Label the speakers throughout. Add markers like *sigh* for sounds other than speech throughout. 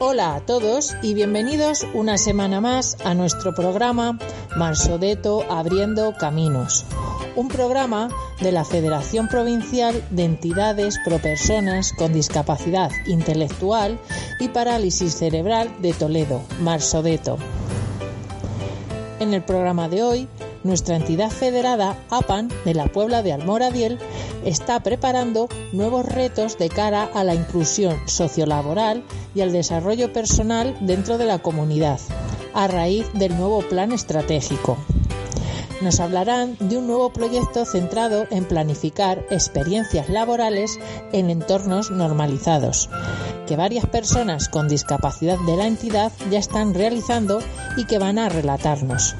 Speaker 1: Hola a todos y bienvenidos una semana más a nuestro programa Marsodeto Abriendo Caminos, un programa de la Federación Provincial de Entidades Pro Personas con Discapacidad Intelectual y Parálisis Cerebral de Toledo, Marsodeto. En el programa de hoy, nuestra entidad federada, APAN, de la Puebla de Almoradiel, está preparando nuevos retos de cara a la inclusión sociolaboral y al desarrollo personal dentro de la comunidad, a raíz del nuevo plan estratégico. Nos hablarán de un nuevo proyecto centrado en planificar experiencias laborales en entornos normalizados, que varias personas con discapacidad de la entidad ya están realizando y que van a relatarnos,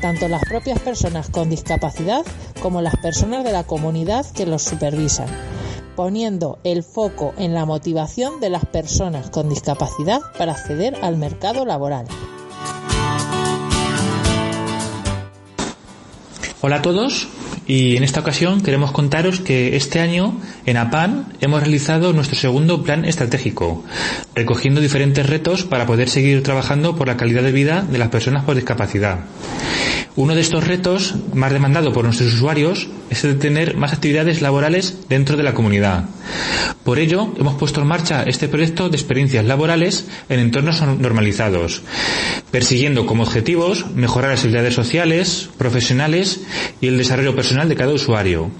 Speaker 1: tanto las propias personas con discapacidad como las personas de la comunidad que los supervisan, poniendo el foco en la motivación de las personas con discapacidad para acceder al mercado laboral.
Speaker 2: Hola a todos y en esta ocasión queremos contaros que este año en APAN hemos realizado nuestro segundo plan estratégico, recogiendo diferentes retos para poder seguir trabajando por la calidad de vida de las personas con discapacidad. Uno de estos retos más demandado por nuestros usuarios es el de tener más actividades laborales dentro de la comunidad. Por ello, hemos puesto en marcha este proyecto de experiencias laborales en entornos normalizados, persiguiendo como objetivos mejorar las habilidades sociales, profesionales y el desarrollo personal de cada usuario.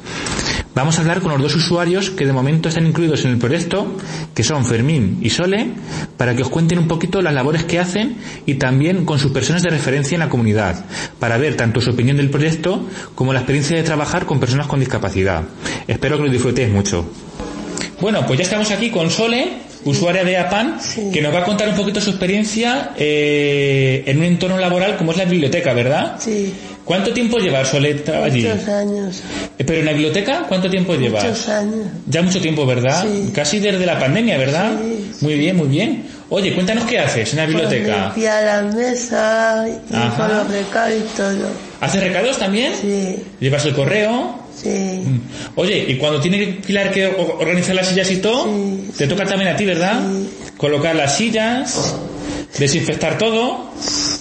Speaker 2: Vamos a hablar con los dos usuarios que de momento están incluidos en el proyecto, que son Fermín y Sole, para que os cuenten un poquito las labores que hacen y también con sus personas de referencia en la comunidad, para ver tanto su opinión del proyecto como la experiencia de trabajar con personas con discapacidad. Espero que lo disfrutéis mucho. Bueno, pues ya estamos aquí con Sole, usuaria de APAN,
Speaker 3: Sí.
Speaker 2: que nos va a contar un poquito su experiencia eh, en un entorno laboral como es la biblioteca, ¿verdad?
Speaker 3: Sí,
Speaker 2: ¿Cuánto tiempo llevas, Sole, tra- allí?
Speaker 3: muchos años,
Speaker 2: Eh, ¿Pero en la biblioteca cuánto tiempo llevas?
Speaker 3: muchos años.
Speaker 2: Ya mucho tiempo, ¿verdad?
Speaker 3: Sí.
Speaker 2: Casi desde la pandemia, ¿verdad?
Speaker 3: Sí,
Speaker 2: Muy bien, muy bien. Oye, cuéntanos qué haces en la biblioteca.
Speaker 3: Pues Limpia la mesa y
Speaker 2: Ajá.
Speaker 3: con los recados y todo.
Speaker 2: ¿Haces recados también?
Speaker 3: Sí,
Speaker 2: ¿Llevas el correo?
Speaker 3: sí,
Speaker 2: Oye, y cuando tiene Pilar que o- organizar las sillas y todo,
Speaker 3: Sí,
Speaker 2: te toca también a ti, ¿verdad? Colocar las sillas, desinfectar todo.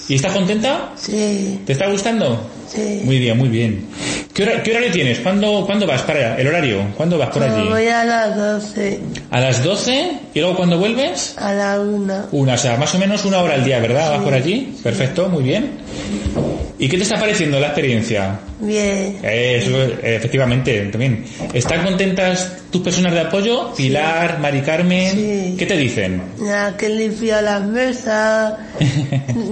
Speaker 2: ¿Y estás contenta?
Speaker 3: sí,
Speaker 2: ¿Te está gustando?
Speaker 3: sí.
Speaker 2: Muy bien, muy bien. ¿Qué, hora, qué horario tienes? ¿Cuándo, ¿Cuándo vas para allá? ¿El horario? ¿Cuándo vas por
Speaker 3: Como
Speaker 2: allí?
Speaker 3: Ah, voy a las 12,
Speaker 2: ¿A las 12? ¿Y luego cuando vuelves?
Speaker 3: a la 1.
Speaker 2: Una, o sea, más o menos una hora al día, ¿verdad? ¿Vas por allí? Perfecto, muy bien. ¿Y qué te está pareciendo la experiencia?
Speaker 3: Bien,
Speaker 2: Eh, eso, eh, efectivamente, también. ¿Están contentas tus personas de apoyo? Pilar, Mari Carmen.
Speaker 3: Sí.
Speaker 2: ¿Qué te dicen?
Speaker 3: nada que limpio las
Speaker 2: *laughs*
Speaker 3: mesas,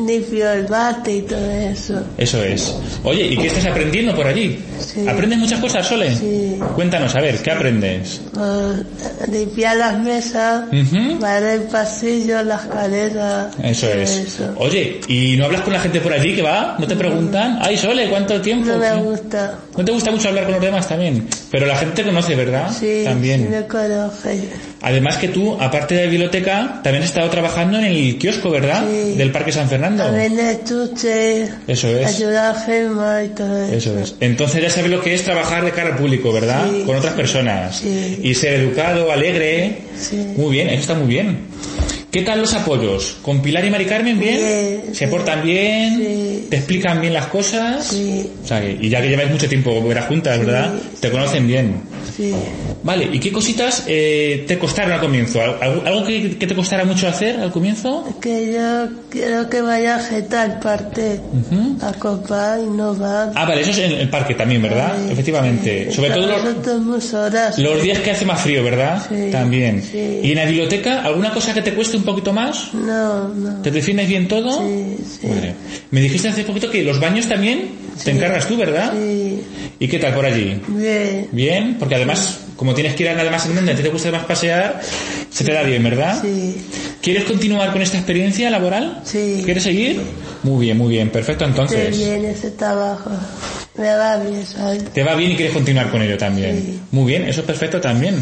Speaker 3: limpio el bate y todo eso.
Speaker 2: Eso es. Oye, ¿y qué estás aprendiendo por allí?
Speaker 3: Sí.
Speaker 2: ¿Aprendes muchas cosas, Sole?
Speaker 3: Sí.
Speaker 2: Cuéntanos, a ver, ¿qué aprendes?
Speaker 3: Pues, limpiar las mesas,
Speaker 2: Ujú.
Speaker 3: barrer el pasillo, las escaleras.
Speaker 2: Eso
Speaker 3: todo
Speaker 2: es. Oh,
Speaker 3: eso.
Speaker 2: Oye, ¿y no hablas con la gente por allí que va? ¿No te preguntan? Ay, Sole, ¿cuánto tiempo?
Speaker 3: No
Speaker 2: Sí.
Speaker 3: me gusta.
Speaker 2: ¿No te gusta mucho hablar con los demás también? Pero la gente te conoce, ¿verdad?
Speaker 3: Sí,
Speaker 2: También.
Speaker 3: sí me conoce.
Speaker 2: Además que tú, aparte de la biblioteca, también has estado trabajando en el kiosco, ¿verdad?
Speaker 3: Sí.
Speaker 2: Del Parque San Fernando.
Speaker 3: También estuche,
Speaker 2: Eso es.
Speaker 3: ayudar a Gemma y todo eso.
Speaker 2: Eso es. Entonces ya sabes lo que es trabajar de cara al público, ¿verdad?
Speaker 3: Sí,
Speaker 2: Con otras
Speaker 3: sí,
Speaker 2: personas.
Speaker 3: sí.
Speaker 2: Y ser educado, alegre.
Speaker 3: Sí.
Speaker 2: Muy bien, eso está muy bien. ¿Qué tal los apoyos? ¿Con Pilar y Mari Carmen bien?
Speaker 3: Bien,
Speaker 2: ¿Se
Speaker 3: sí.
Speaker 2: portan bien?
Speaker 3: Sí.
Speaker 2: ¿Te explican bien las cosas?
Speaker 3: Sí,
Speaker 2: O sea, que- y ya que lleváis mucho tiempo verás juntas, ¿verdad? Te conocen bien.
Speaker 3: sí.
Speaker 2: Vale, ¿y qué cositas eh, te costaron al comienzo? ¿Al- ¿Algo, algo que, que te costara mucho hacer al comienzo?
Speaker 3: Que yo quiero que vaya a jetar parte a comprar y no va.
Speaker 2: Ah, vale, eso es en el parque también, ¿verdad?
Speaker 3: Sí,
Speaker 2: Efectivamente.
Speaker 3: sí.
Speaker 2: Sobre todo los,
Speaker 3: Nosotros muchas horas.
Speaker 2: los días que hace más frío, ¿verdad?
Speaker 3: Sí,
Speaker 2: también.
Speaker 3: sí.
Speaker 2: ¿Y en la biblioteca alguna cosa que te cueste un poquito más?
Speaker 3: No, no.
Speaker 2: ¿Te defiendes bien todo?
Speaker 3: Sí, sí.
Speaker 2: Vale. Me dijiste hace poquito que los baños también te encargas tú, ¿verdad?
Speaker 3: Sí,
Speaker 2: ¿Y qué tal por allí?
Speaker 3: bien.
Speaker 2: Bien, porque además Como tienes que ir andando más andando, a ti te gusta más pasear, se te da bien, ¿verdad?
Speaker 3: Sí,
Speaker 2: ¿Quieres continuar con esta experiencia laboral?
Speaker 3: Sí.
Speaker 2: ¿Quieres seguir? Muy bien, muy bien, perfecto
Speaker 3: qué
Speaker 2: entonces.
Speaker 3: bien ese trabajo. Me va bien, ¿sabes?
Speaker 2: Te va bien y quieres continuar con ello también. Muy bien, eso es perfecto también.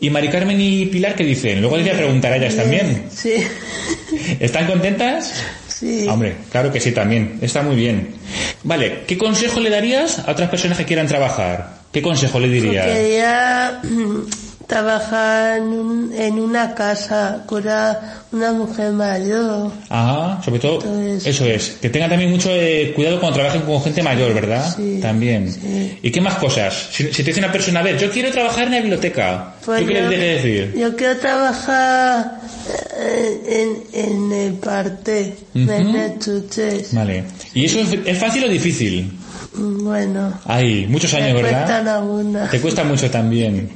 Speaker 2: ¿Y Mari Carmen y Pilar qué dicen? Luego les voy a preguntar a ellas también.
Speaker 3: Sí,
Speaker 2: ¿Están contentas?
Speaker 3: sí.
Speaker 2: Hombre, claro que sí también. Está muy bien. Vale, ¿qué consejo le darías a otras personas que quieran trabajar? ¿Qué consejo le dirías?
Speaker 3: Quería trabajar en, mm, un- en una casa, curar una mujer mayor.
Speaker 2: Ah, sobre todo,
Speaker 3: Entonces-
Speaker 2: eso es. Que tengan también mucho eh, cuidado cuando trabajen con gente mayor, ¿verdad?
Speaker 3: Sí,
Speaker 2: también.
Speaker 3: sí.
Speaker 2: ¿Y qué más cosas? Si, si te dice una persona, a ver, yo quiero trabajar en la biblioteca. ¿Tú qué le tienes que decir?
Speaker 3: Pues yo quiero trabajar eh, en, en, en el parte, vender chuches.
Speaker 2: Vale. ¿Y eso es, es fácil o difícil?
Speaker 3: Bueno,
Speaker 2: Hay muchos
Speaker 3: me
Speaker 2: años, ¿verdad?
Speaker 3: cuentan alguna.
Speaker 2: Te cuesta mucho también.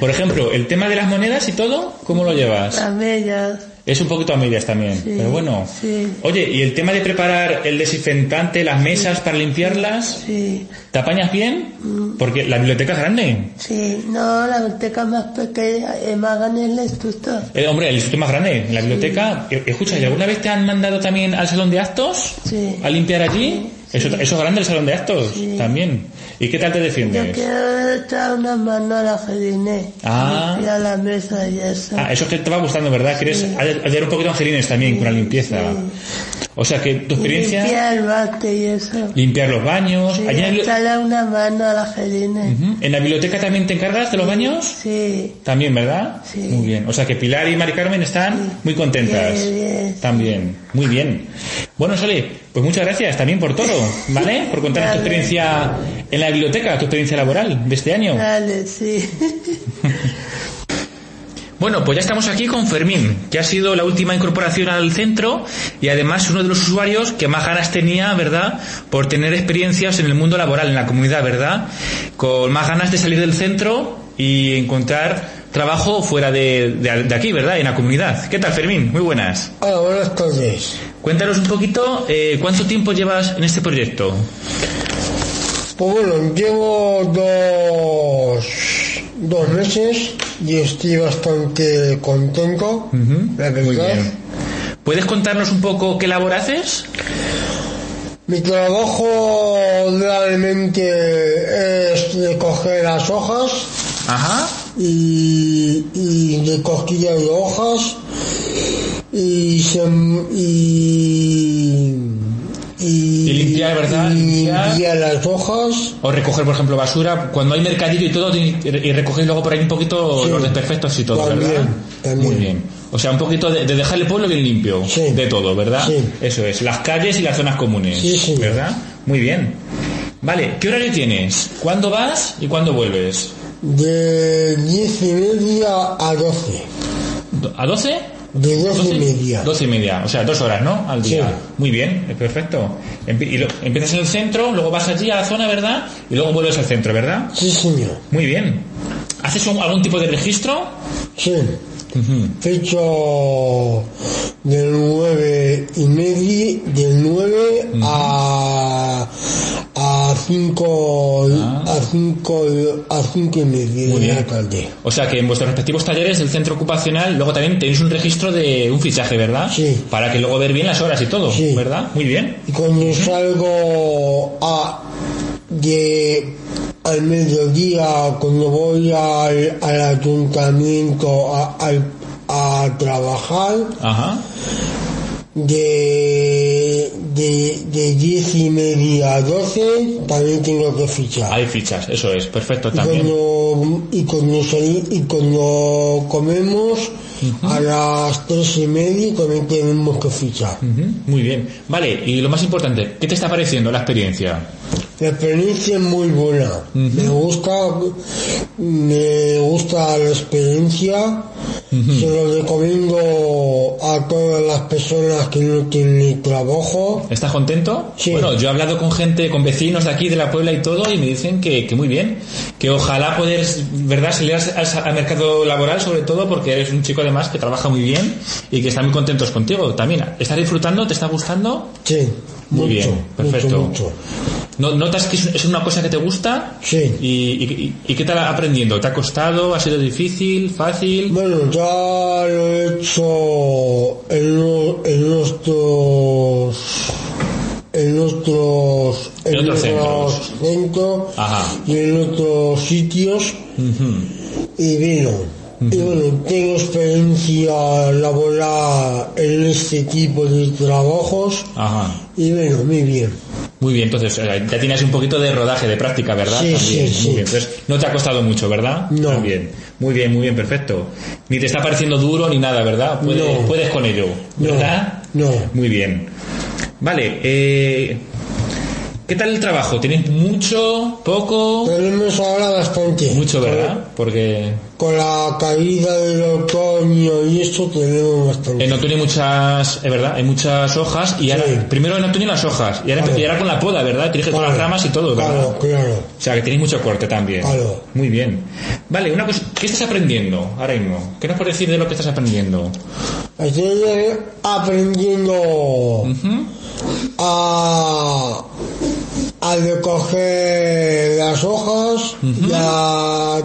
Speaker 2: Por ejemplo, el tema de las monedas y todo, ¿cómo lo llevas?
Speaker 3: Las medias,
Speaker 2: Es un poquito a medias también, pero bueno.
Speaker 3: sí.
Speaker 2: Oye, ¿y el tema de preparar el desinfectante, las mesas para limpiarlas?
Speaker 3: sí.
Speaker 2: ¿Te apañas bien?
Speaker 3: Mm.
Speaker 2: Porque la biblioteca es grande.
Speaker 3: Sí, no, la biblioteca más pequeña, eh, más grande es el instituto.
Speaker 2: Eh, hombre, el instituto más grande, en la biblioteca. Eh, Escucha, ¿y alguna vez te han mandado también al salón de actos?
Speaker 3: Sí.
Speaker 2: ¿A limpiar allí? Eso, eso es grande el salón de actos también. ¿Y qué tal te
Speaker 3: Yo
Speaker 2: defiendes?
Speaker 3: quiero echar una mano a la jardiné.
Speaker 2: Ah.
Speaker 3: Y a la mesa y eso.
Speaker 2: Ah, eso es que te va gustando, ¿verdad? Quieres hacer un poquito angelines también con la limpieza. O sea que tu
Speaker 3: Y
Speaker 2: experiencia,
Speaker 3: limpiar el bate y eso.
Speaker 2: limpiar los baños.
Speaker 3: Sí,
Speaker 2: Allí en, la, bibli-
Speaker 3: echarle una mano a la jardiné.
Speaker 2: Ujú. ¿En la biblioteca también te encargas de los baños?
Speaker 3: Sí,
Speaker 2: También, ¿verdad?
Speaker 3: Sí.
Speaker 2: Muy bien. O sea que Pilar y Mari Carmen están muy contentas.
Speaker 3: Bien, bien.
Speaker 2: También. Muy bien. Bueno, Sole, pues muchas gracias también por todo, ¿vale? Por contarnos tu
Speaker 3: Vale.
Speaker 2: experiencia en la biblioteca, tu experiencia laboral de este año.
Speaker 3: dale, sí. *laughs*
Speaker 2: Bueno, pues ya estamos aquí con Fermín, que ha sido la última incorporación al centro y además uno de los usuarios que más ganas tenía, ¿verdad?, por tener experiencias en el mundo laboral, en la comunidad, ¿verdad?, con más ganas de salir del centro y encontrar trabajo fuera de, de- de aquí, ¿verdad?, en la comunidad. ¿Qué tal, Fermín? Muy buenas.
Speaker 4: Hola, Ah, buenas tardes.
Speaker 2: Cuéntanos un poquito, eh, ¿cuánto tiempo llevas en este proyecto?
Speaker 4: Pues bueno, llevo dos, dos meses y estoy bastante contento. la verdad.
Speaker 2: ¿Puedes contarnos un poco qué labor haces?
Speaker 4: Mi trabajo realmente es recoger las hojas
Speaker 2: Ajá.
Speaker 4: y, y recogida de hojas y, sem- y, y,
Speaker 2: Y limpiar, ¿verdad?
Speaker 4: y
Speaker 2: Limpiar.
Speaker 4: limpiar las hojas.
Speaker 2: O recoger, por ejemplo, basura. Cuando hay mercadillo y todo, y y recogéis luego por ahí un poquito
Speaker 4: Sí.
Speaker 2: los desperfectos y todo,
Speaker 4: También,
Speaker 2: ¿verdad?
Speaker 4: también.
Speaker 2: Muy bien. O sea, un poquito de, de dejar el pueblo bien limpio.
Speaker 4: Sí.
Speaker 2: De todo, ¿verdad?
Speaker 4: Sí.
Speaker 2: Eso es. Las calles y las zonas comunes.
Speaker 4: Sí, sí.
Speaker 2: ¿Verdad? Muy bien. Vale, ¿qué horario tienes? ¿Cuándo vas y cuándo vuelves?
Speaker 4: De 10 y media a 12.
Speaker 2: Do- ¿A 12?
Speaker 4: De 12 y media.
Speaker 2: 12 y media, o sea, dos horas, ¿no? Al día.
Speaker 4: Sí.
Speaker 2: Muy bien, es perfecto. Empi- y lo- empiezas en el centro, luego vas allí a la zona, ¿verdad? Y luego vuelves al centro, ¿verdad?
Speaker 4: Sí, señor.
Speaker 2: Muy bien. ¿Haces un- algún tipo de registro?
Speaker 4: Sí. Fecho del 9 y media, del 9 a, a 5, a 5, a 5 y media
Speaker 2: Ah. Muy
Speaker 4: de
Speaker 2: bien.
Speaker 4: la tarde.
Speaker 2: O sea que en vuestros respectivos talleres del centro ocupacional luego también tenéis un registro de un fichaje, ¿verdad?
Speaker 4: Sí.
Speaker 2: Para que luego ver bien las horas y todo,
Speaker 4: Sí.
Speaker 2: ¿verdad? Muy bien.
Speaker 4: Y cuando salgo a, de, al mediodía, cuando voy al, al ayuntamiento a, al- a trabajar,
Speaker 2: Ajá.
Speaker 4: de, de, de 10 y media a 12 también tengo que fichar.
Speaker 2: Hay fichas, eso es, perfecto
Speaker 4: Y
Speaker 2: también.
Speaker 4: cuando, y cuando salí- y cuando comemos a las 3 y media también tenemos que fichar.
Speaker 2: Ujú, Muy bien. Vale, y lo más importante, ¿qué te está pareciendo la experiencia?
Speaker 4: La experiencia es muy buena. Me gusta, me gusta la experiencia. Se lo recomiendo a todas las personas que no tienen trabajo.
Speaker 2: ¿Estás contento?
Speaker 4: Sí.
Speaker 2: Bueno, yo he hablado con gente, con vecinos de aquí, de la Puebla y todo, y me dicen que, que muy bien, que ojalá poder, ¿verdad?, salir al, al- al mercado laboral, sobre todo porque eres un chico además que trabaja muy bien y que están muy contentos contigo también. ¿Estás disfrutando? ¿Te está gustando?
Speaker 4: Sí.
Speaker 2: Muy
Speaker 4: Mucho,
Speaker 2: bien, perfecto.
Speaker 4: mucho, mucho.
Speaker 2: No- ¿Notas que es- es una cosa que te gusta?
Speaker 4: Sí.
Speaker 2: ¿Y, y- y- y qué tal aprendiendo? ¿Te ha costado? ¿Ha sido difícil? ¿Fácil?
Speaker 4: Bueno, ya lo he hecho en, lo- en nuestros en nuestros
Speaker 2: En otros
Speaker 4: nuestros centros
Speaker 2: Ajá.
Speaker 4: y en otros sitios y vino. Y bueno, tengo experiencia laboral en este tipo de trabajos
Speaker 2: Ajá.
Speaker 4: y bueno, muy bien.
Speaker 2: Muy bien, entonces eh, ya tienes un poquito de rodaje, de práctica, ¿verdad?
Speaker 4: Sí, sí,
Speaker 2: Muy
Speaker 4: sí.
Speaker 2: bien. Entonces, no te ha costado mucho, ¿verdad?
Speaker 4: No.
Speaker 2: Muy bien, muy bien, muy bien, perfecto. Ni te está pareciendo duro ni nada, ¿verdad? Puedes,
Speaker 4: No.
Speaker 2: puedes con ello,
Speaker 4: No,
Speaker 2: ¿verdad?
Speaker 4: no.
Speaker 2: Muy bien. Vale, eh, ¿qué tal el trabajo? ¿Tienes mucho, poco?
Speaker 4: Tenemos ahora bastante.
Speaker 2: Mucho, ¿verdad? Porque
Speaker 4: Con la caída del otoño y esto tenemos bastante.
Speaker 2: en otoño hay muchas, es verdad, hay muchas hojas y ahora,
Speaker 4: Sí.
Speaker 2: primero en otoño las hojas y ahora,
Speaker 4: Claro.
Speaker 2: y ahora con la poda, ¿verdad? Tienes que con las
Speaker 4: Claro,
Speaker 2: ramas y todo, ¿verdad?
Speaker 4: Claro, claro.
Speaker 2: O sea, que tenéis mucho corte también.
Speaker 4: Claro.
Speaker 2: Muy bien. Vale, una cosa, ¿qué estás aprendiendo ahora mismo? ¿Qué nos puedes decir de lo que estás aprendiendo?
Speaker 4: Estoy eh, aprendiendo
Speaker 2: Ujú.
Speaker 4: a, a recoger las hojas y, a,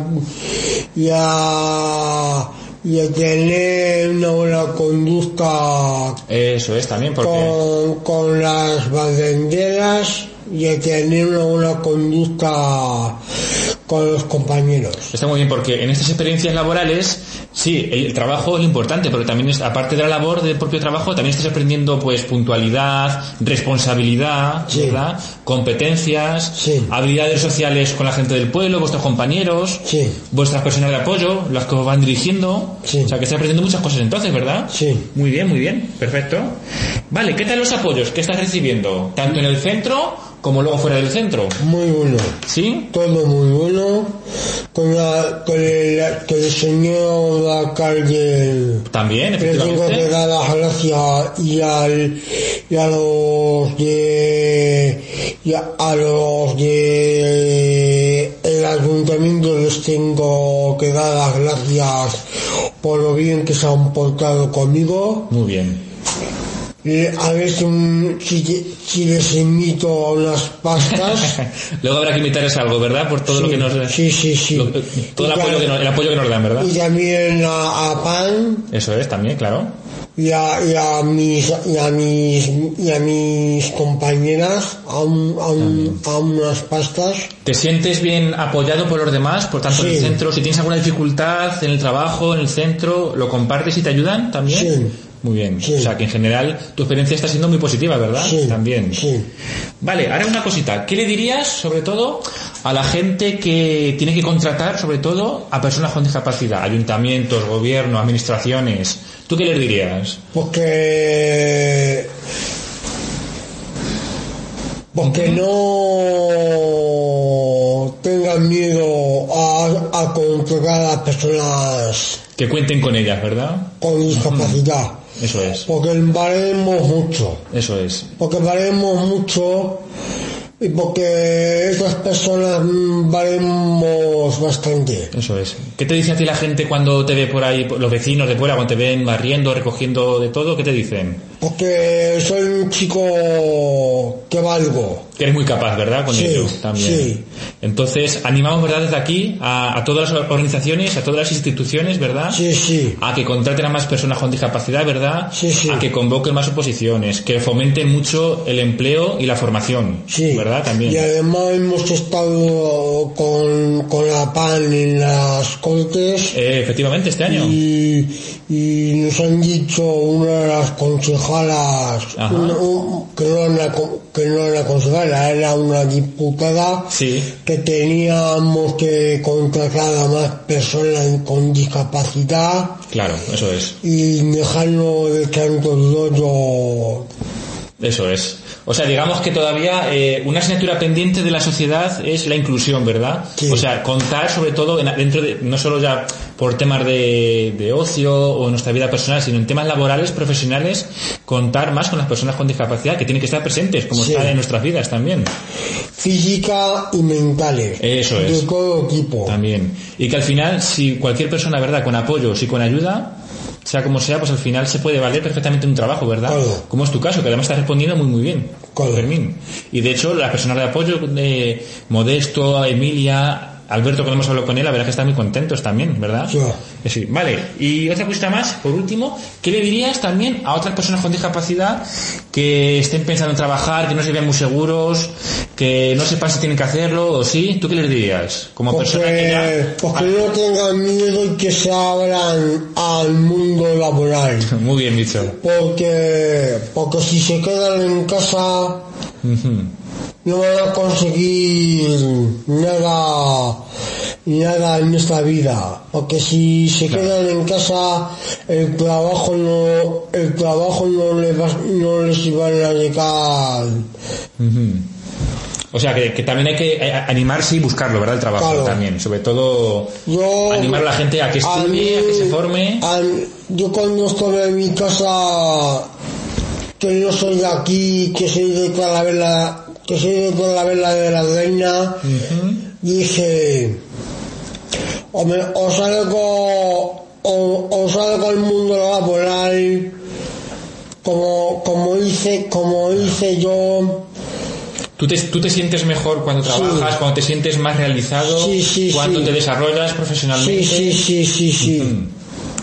Speaker 4: y, a, y a tener una buena conducta
Speaker 2: Eso es también, porque...
Speaker 4: con, con las banderas y a tener una buena conducta con los compañeros.
Speaker 2: Está muy bien, porque en estas experiencias laborales, sí, el el trabajo es importante, pero también, es, aparte de la labor del propio trabajo, también estás aprendiendo, pues, puntualidad, responsabilidad,
Speaker 4: Sí.
Speaker 2: ¿verdad? Competencias,
Speaker 4: Sí.
Speaker 2: habilidades sociales con la gente del pueblo, vuestros compañeros,
Speaker 4: Sí.
Speaker 2: vuestras personas de apoyo, las que os van dirigiendo.
Speaker 4: Sí.
Speaker 2: O sea, que estás aprendiendo muchas cosas entonces, ¿verdad?
Speaker 4: Sí.
Speaker 2: Muy bien, muy bien, perfecto. Vale, ¿qué tal los apoyos que estás recibiendo? Tanto en el centro como luego fuera del centro.
Speaker 4: Muy bueno.
Speaker 2: ¿Sí?
Speaker 4: todo muy bueno con, la, con, el, con el señor de la calle
Speaker 2: También,
Speaker 4: le tengo que
Speaker 2: efectivamente.
Speaker 4: dar las gracias y, al, y a los de y a, a los de el ayuntamiento les tengo que dar las gracias por lo bien que se han portado conmigo
Speaker 2: Muy bien.
Speaker 4: Eh, a ver si, si, si les invito a unas pastas
Speaker 2: Luego habrá que imitarles algo, ¿verdad? Por *laughs* todo lo que nos...
Speaker 4: sí, sí, sí.
Speaker 2: lo- todo el
Speaker 4: Y
Speaker 2: apoyo,
Speaker 4: ya-
Speaker 2: que nos, el apoyo que nos dan, ¿verdad?
Speaker 4: y también a, a Pan
Speaker 2: Eso es, también, claro.
Speaker 4: y a, y a mis y a mis y a mis compañeras a, un- a un- a unas pastas
Speaker 2: ¿Te sientes bien apoyado por los demás? Por tanto, en el
Speaker 4: Sí.
Speaker 2: centro, si tienes alguna dificultad en el trabajo, en el centro, ¿lo compartes y te ayudan también?
Speaker 4: Sí.
Speaker 2: Muy bien.
Speaker 4: Sí.
Speaker 2: O sea, que en general tu experiencia está siendo muy positiva, ¿verdad?
Speaker 4: sí
Speaker 2: También.
Speaker 4: sí
Speaker 2: Vale, ahora una cosita. ¿Qué le dirías, sobre todo, a la gente que tiene que contratar, sobre todo, a personas con discapacidad? Ayuntamientos, gobierno, administraciones. ¿Tú qué les dirías?
Speaker 4: porque porque no tengan miedo a, a contratar a las personas
Speaker 2: Que cuenten con ellas, ¿verdad?
Speaker 4: con discapacidad
Speaker 2: Eso es.
Speaker 4: porque valemos mucho
Speaker 2: Eso es.
Speaker 4: porque valemos mucho y porque estas personas mm, valemos bastante.
Speaker 2: Eso es. ¿Qué te dice a ti la gente cuando te ve por ahí, por- los vecinos de fuera, cuando te ven barriendo, recogiendo de todo? ¿Qué te dicen?
Speaker 4: Porque soy un chico que valgo.
Speaker 2: Que eres muy capaz, ¿verdad? Con
Speaker 4: Sí,
Speaker 2: ello también.
Speaker 4: sí.
Speaker 2: Entonces, animamos, ¿verdad? Desde aquí a, a todas las organizaciones, a todas las instituciones, ¿verdad?
Speaker 4: Sí, sí.
Speaker 2: A que contraten a más personas con discapacidad, ¿verdad?
Speaker 4: Sí, sí.
Speaker 2: A que convoquen más oposiciones, que fomenten mucho el empleo y la formación,
Speaker 4: Sí.
Speaker 2: ¿verdad? También.
Speaker 4: Y además hemos estado con, con la PAN en las cortes
Speaker 2: Eh, efectivamente, este año.
Speaker 4: y, y nos han dicho una de las concejalas,
Speaker 2: Ajá.
Speaker 4: una- un- que, no era una, co- que no era concejala, era una diputada,
Speaker 2: Sí.
Speaker 4: que teníamos que contratar a más personas con discapacidad
Speaker 2: Claro, eso es.
Speaker 4: y dejarlo de tanto rollo.
Speaker 2: Eso es. O sea, digamos que todavía eh, una asignatura pendiente de la sociedad es la inclusión, ¿verdad?
Speaker 4: Sí.
Speaker 2: O sea, contar sobre todo en- dentro de, no solo ya por temas de, de ocio o en nuestra vida personal, sino en temas laborales, profesionales, contar más con las personas con discapacidad, que tienen que estar presentes, como
Speaker 4: Sí.
Speaker 2: están en nuestras vidas también.
Speaker 4: Física y mentales.
Speaker 2: Eso
Speaker 4: de
Speaker 2: es.
Speaker 4: todo tipo.
Speaker 2: También. Y que al final, si cualquier persona, ¿verdad?, con apoyo, si con ayuda, sea como sea, pues al final se puede valer perfectamente un trabajo, ¿verdad?
Speaker 4: Claro.
Speaker 2: Como es tu caso, que además estás respondiendo muy, muy bien,
Speaker 4: Claro.
Speaker 2: Fermín. Y de hecho, las personas de apoyo, de Modesto, Emilia, Alberto, cuando hemos hablado con él, la verdad es que están muy contentos también, ¿verdad?
Speaker 4: Sí.
Speaker 2: Eh, sí. Vale, y otra cosita más, por último, ¿qué le dirías también a otras personas con discapacidad que estén pensando en trabajar, que no se vean muy seguros, que no sepan si tienen que hacerlo o sí? ¿Tú qué les dirías? Como
Speaker 4: Porque,
Speaker 2: persona que ya...
Speaker 4: pues que no tengan miedo y que se abran al mundo laboral.
Speaker 2: Muy bien, Micho.
Speaker 4: Porque, porque si se quedan en casa
Speaker 2: Ujú.
Speaker 4: no van a conseguir nada, nada en esta vida. Porque si se quedan en casa, el trabajo no, el trabajo no les, va- no les iban a llegar.
Speaker 2: O sea, que, que también hay que eh, animarse y buscarlo, ¿verdad? El trabajo
Speaker 4: Claro.
Speaker 2: también. Sobre todo,
Speaker 4: Yo,
Speaker 2: animar a la gente a que estudie, a, que se forme.
Speaker 4: al- yo cuando estuve en mi casa, que yo soy de aquí, que soy de Talavera, que soy de Talavera de la Reina, dije, o, me- o salgo, o, o salgo al mundo laboral, como, como hice, como hice yo,
Speaker 2: ¿Tú te, tú te sientes mejor cuando trabajas, cuando te sientes más realizado,
Speaker 4: Sí, sí,
Speaker 2: cuando
Speaker 4: sí.
Speaker 2: te desarrollas profesionalmente.
Speaker 4: sí, sí, sí, sí, sí.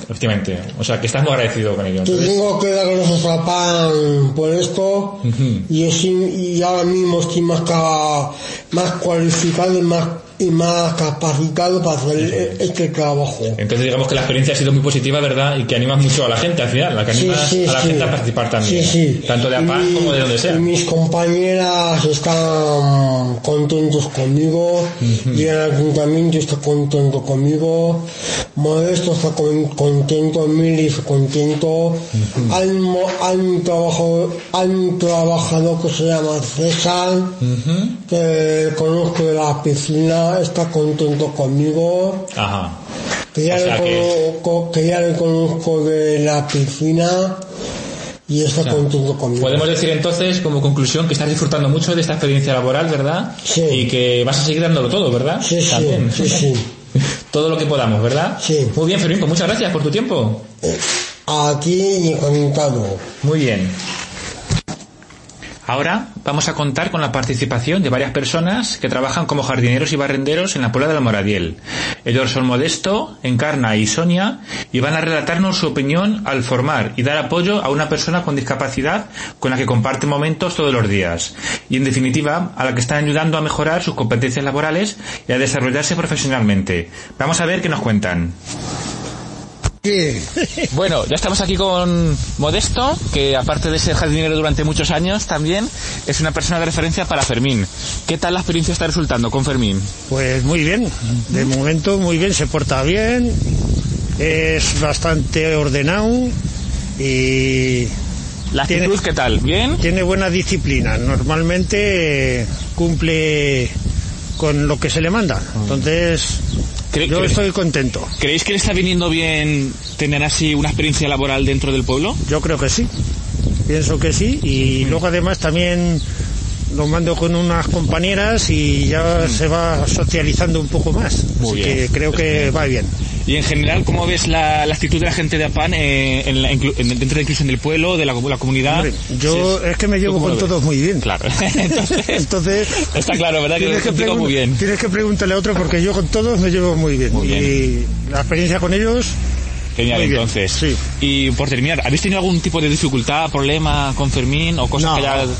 Speaker 2: Efectivamente. O sea, que estás muy agradecido con ello.
Speaker 4: Te
Speaker 2: Entonces,
Speaker 4: Pues tengo que dar los pan por esto y, es- y ahora mismo estoy más, ca- más cualificado y más, y más capacitado para hacer e- este trabajo.
Speaker 2: entonces digamos que la experiencia ha sido muy positiva, ¿verdad? Y que animas mucho a la gente al final, la que
Speaker 4: Sí,
Speaker 2: animas
Speaker 4: sí,
Speaker 2: a la
Speaker 4: sí.
Speaker 2: gente a participar también.
Speaker 4: Sí, sí.
Speaker 2: Tanto de
Speaker 4: Y
Speaker 2: APAN
Speaker 4: mi-
Speaker 2: como de donde sea.
Speaker 4: y mis compañeras están contentos conmigo y el ayuntamiento está contento conmigo. Modesto está con- contento, Mili está contento. hay, un mo- hay un trabajo, hay un trabajador que se llama César, que conozco de la piscina, está contento conmigo.
Speaker 2: Ajá.
Speaker 4: Que ya,
Speaker 2: O sea
Speaker 4: le
Speaker 2: que-
Speaker 4: conozco, que ya le conozco de la piscina y está contento conmigo.
Speaker 2: Podemos decir entonces, como conclusión, que estás disfrutando mucho de esta experiencia laboral, ¿verdad?
Speaker 4: Sí.
Speaker 2: Y que vas a seguir dándolo todo, ¿verdad?
Speaker 4: Sí, sí,
Speaker 2: También.
Speaker 4: sí, sí.
Speaker 2: *laughs* Todo lo que podamos, ¿verdad?
Speaker 4: Sí.
Speaker 2: Muy bien, Fermín, pues muchas gracias por tu tiempo.
Speaker 4: Aquí y contado.
Speaker 2: Muy bien. Ahora vamos a contar con la participación de varias personas que trabajan como jardineros y barrenderos en la Puebla de la Moradiel. Ellos son Modesto, Encarna y Sonia y van a relatarnos su opinión al formar y dar apoyo a una persona con discapacidad con la que comparten momentos todos los días y en definitiva a la que están ayudando a mejorar sus competencias laborales y a desarrollarse profesionalmente. Vamos a ver qué nos cuentan. Bueno, ya estamos aquí con Modesto, que aparte de ser jardinero durante muchos años, también es una persona de referencia para Fermín. ¿Qué tal la experiencia está resultando con Fermín?
Speaker 5: Pues muy bien, de momento muy bien, se porta bien, es bastante ordenado y
Speaker 2: ¿La actitud
Speaker 5: Tiene-
Speaker 2: qué tal? ¿Bien?
Speaker 5: tiene buena disciplina. Normalmente eh, cumple con lo que se le manda. Entonces,
Speaker 2: Ah. ¿Cree-
Speaker 5: yo
Speaker 2: cree-
Speaker 5: estoy contento.
Speaker 2: ¿Creéis que le está viniendo bien tener así una experiencia laboral dentro del pueblo?
Speaker 5: Yo creo que sí, pienso que sí. Y luego además también lo mando con unas compañeras y ya se va socializando un poco más.
Speaker 2: Muy
Speaker 5: Así
Speaker 2: bien.
Speaker 5: que creo que va bien.
Speaker 2: Y en general, ¿cómo ves la, la actitud de la gente de APAN eh, en la inclu- en- dentro de la inclusión del pueblo, de la, la comunidad?
Speaker 5: Hombre, yo
Speaker 2: Sí,
Speaker 5: es que me
Speaker 2: ¿tú
Speaker 5: llevo
Speaker 2: cómo
Speaker 5: con
Speaker 2: lo ves?
Speaker 5: todos muy bien.
Speaker 2: Claro. *laughs* Entonces,
Speaker 5: *laughs* Entonces,
Speaker 2: está claro, ¿verdad? Que lo
Speaker 5: tienes, que
Speaker 2: explico
Speaker 5: pregun-
Speaker 2: muy bien.
Speaker 5: tienes que preguntarle a otro porque yo con todos me llevo muy bien.
Speaker 2: Muy bien.
Speaker 5: Y la experiencia con ellos,
Speaker 2: Genial,
Speaker 5: Muy bien,
Speaker 2: entonces.
Speaker 5: sí.
Speaker 2: Y por terminar, ¿habéis tenido algún tipo de dificultad, problema con Fermín o cosas
Speaker 5: no,
Speaker 2: que ya
Speaker 5: no,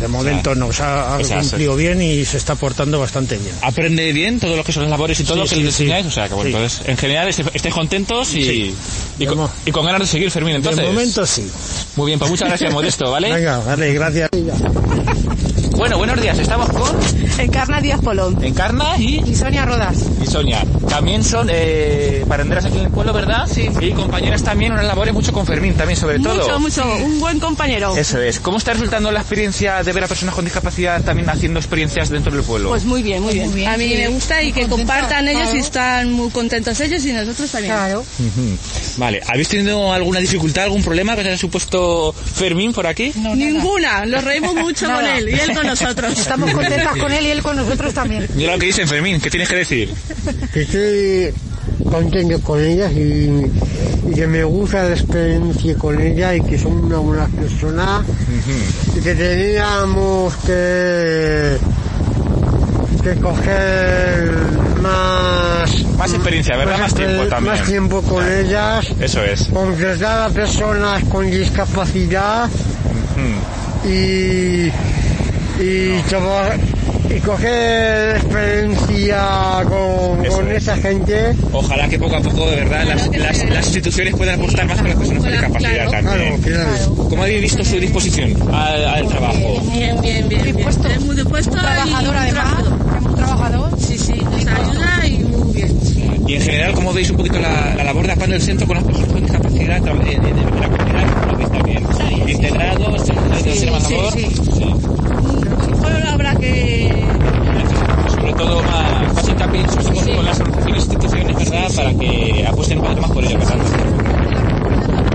Speaker 5: de momento no. O sea, ha
Speaker 2: o sea,
Speaker 5: cumplido bien y se está portando bastante bien.
Speaker 2: aprende bien todo lo que son las labores y todo lo que
Speaker 5: Sí,
Speaker 2: le
Speaker 5: sí, sí.
Speaker 2: enseñáis? O sea, que bueno,
Speaker 5: Sí.
Speaker 2: entonces, en general, est- estéis contentos y,
Speaker 5: Sí.
Speaker 2: y, con,
Speaker 5: mo-
Speaker 2: y con ganas de seguir, Fermín, entonces. ¿eh?
Speaker 5: de momento sí.
Speaker 2: Muy bien, pues muchas gracias, Modesto, ¿vale?
Speaker 5: Venga, vale, gracias.
Speaker 2: Bueno, buenos días, estamos con
Speaker 6: Encarna Díaz Polón.
Speaker 2: Encarna y,
Speaker 6: Y Sonia Rodas.
Speaker 2: y Sonia. También son eh, parenderas aquí en el pueblo, ¿verdad? Sí. Y compañeras también, unas labores mucho con Fermín, también sobre todo.
Speaker 6: Mucho, mucho. Un buen compañero.
Speaker 2: Eso es. ¿Cómo está resultando la experiencia de ver a personas con discapacidad también haciendo experiencias dentro del pueblo?
Speaker 6: Pues muy bien, muy bien.
Speaker 7: A mí me gusta y que compartan ellos y están muy contentos ellos y nosotros también.
Speaker 6: Claro.
Speaker 2: Vale, ¿habéis tenido alguna dificultad, algún problema que os haya supuesto Fermín por aquí?
Speaker 7: Ninguna, los *laughs* reímos mucho con
Speaker 6: Nada.
Speaker 7: él y él con nosotros.
Speaker 6: Estamos contentas con él y él con nosotros también.
Speaker 2: Mira lo que dicen, Fermín, ¿qué tienes que decir?
Speaker 4: Que estoy, contento con ellas y, y que me gusta la experiencia con ellas y que son una buena persona y que teníamos que, que coger más
Speaker 8: Más experiencia, ¿verdad? Más tiempo
Speaker 4: exper-
Speaker 8: también.
Speaker 4: más tiempo con ellas
Speaker 8: Eso es.
Speaker 4: concretar a personas con discapacidad y, y, traba- y coger experiencia con,
Speaker 8: Eso
Speaker 4: con
Speaker 8: es.
Speaker 4: esa gente.
Speaker 8: Ojalá que poco a poco, de verdad, las, las- las instituciones puedan apostar más por las personas con discapacidad
Speaker 4: Claro,
Speaker 8: también.
Speaker 4: claro.
Speaker 8: ¿Cómo habéis visto su disposición al, al trabajo?
Speaker 7: *laughs* Bien, bien, bien. bien.
Speaker 6: Dispuesto.
Speaker 7: Es muy dispuesto.
Speaker 6: Trabajador,
Speaker 7: y
Speaker 6: además.
Speaker 7: rápido.
Speaker 6: Hemos trabajado.
Speaker 7: Sí, sí, nos ayuda y muy bien.
Speaker 8: Y en general, ¿cómo veis un poquito la, la labor de APAN del centro con las personas con discapacidad en, en- en la comunidad? ¿Lo veis también? ¿Integrados? ¿Integrados en el
Speaker 7: sí,
Speaker 8: amor?
Speaker 7: sí.
Speaker 8: Sí.
Speaker 7: Solo habrá que
Speaker 8: sobre todo ah, más, más hincapié supongo, con las organizaciones e instituciones ¿verdad? para que apuesten un poquito más por ello ¿verdad?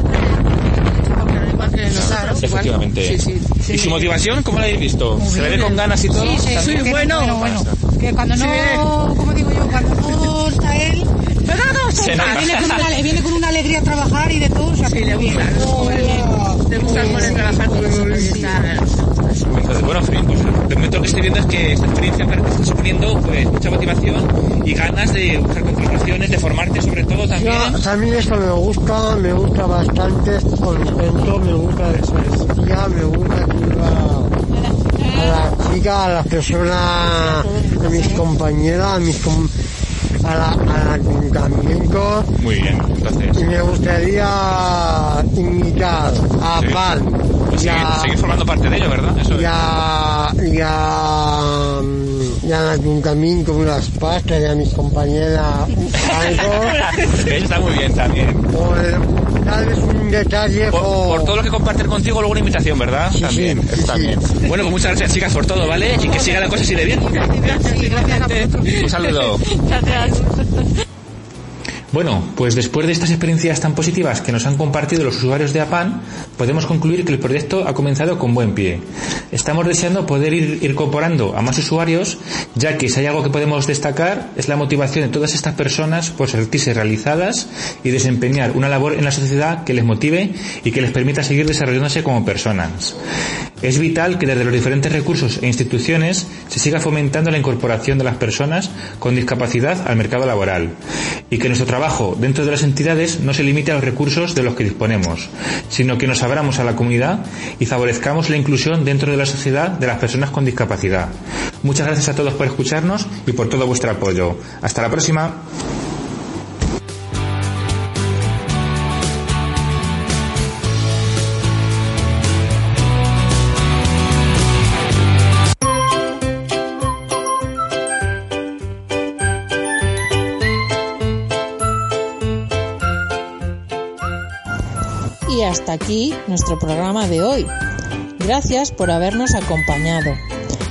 Speaker 7: Igual que nosotros, igual.
Speaker 8: efectivamente
Speaker 7: Sí, sí.
Speaker 8: y su motivación ¿cómo la habéis visto? ¿se le ve con ganas y todo?
Speaker 6: sí,
Speaker 7: Soy
Speaker 6: que-
Speaker 7: bueno.
Speaker 6: bueno, bueno. Que cuando no, como digo yo, cuando no está él, pero no, no,
Speaker 8: Se nota.
Speaker 6: viene, con una, viene con una alegría a trabajar y de todo. O sea,
Speaker 7: Sí, le gusta.
Speaker 6: muy bien.
Speaker 7: Le gusta poder trabajar con nosotros. y estar-
Speaker 8: entonces bueno Felipe, pues, de momento lo que estoy viendo es que esta experiencia parece que está suponiendo pues, mucha motivación y ganas de buscar continuaciones de formarte sobre todo también
Speaker 4: Yo, también esto me gusta, me gusta bastante, estoy contento, me gusta la experiencia, me gusta que iba a la chica, a las personas, a mis compañeras, a mis com- a la, al ayuntamiento,
Speaker 8: muy bien entonces
Speaker 4: y me gustaría invitar a
Speaker 8: Sí.
Speaker 4: Pan
Speaker 8: pues,
Speaker 4: y
Speaker 8: seguir,
Speaker 4: a,
Speaker 8: seguir formando parte de ello ¿verdad? Eso
Speaker 4: y a, y a- mm, y al ayuntamiento unas pastas y a mis compañeras
Speaker 8: *laughs*
Speaker 4: algo,
Speaker 8: es. Eso está muy bien también
Speaker 4: por darles un detalle
Speaker 8: Por, por todo
Speaker 4: por,
Speaker 8: lo que comparten contigo, luego una invitación, ¿verdad?
Speaker 4: Oh. Sí,
Speaker 8: también,
Speaker 4: sí,
Speaker 8: eso
Speaker 4: sí,
Speaker 8: también. Bueno, pues muchas gracias, chicas, por todo, ¿vale? Y que siga la cosa así de bien.
Speaker 6: Sí, gracias a vosotros.
Speaker 8: Un saludo.
Speaker 6: Gracias.
Speaker 2: Bueno, pues después de estas experiencias tan positivas que nos han compartido los usuarios de APAN, podemos concluir que el proyecto ha comenzado con buen pie. Estamos deseando poder ir ir incorporando a más usuarios, ya que si hay algo que podemos destacar es la motivación de todas estas personas por sentirse realizadas y desempeñar una labor en la sociedad que les motive y que les permita seguir desarrollándose como personas. Es vital que desde los diferentes recursos e instituciones se siga fomentando la incorporación de las personas con discapacidad al mercado laboral y que nuestro trabajo dentro de las entidades no se limite a los recursos de los que disponemos, sino que nos abramos a la comunidad y favorezcamos la inclusión dentro de la sociedad de las personas con discapacidad. Muchas gracias a todos por escucharnos y por todo vuestro apoyo. Hasta la próxima.
Speaker 1: Y hasta aquí nuestro programa de hoy. Gracias por habernos acompañado.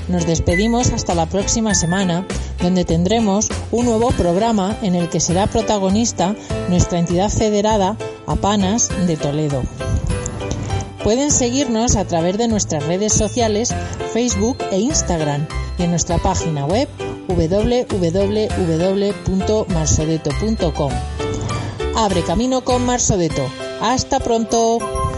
Speaker 1: Nos despedimos hasta la próxima semana, donde tendremos un nuevo programa en el que será protagonista nuestra entidad federada Apanas de Toledo. Pueden seguirnos a través de nuestras redes sociales, Facebook e Instagram, y en nuestra página web www.marsodeto.com. Abre camino con Marsodeto. Hasta pronto.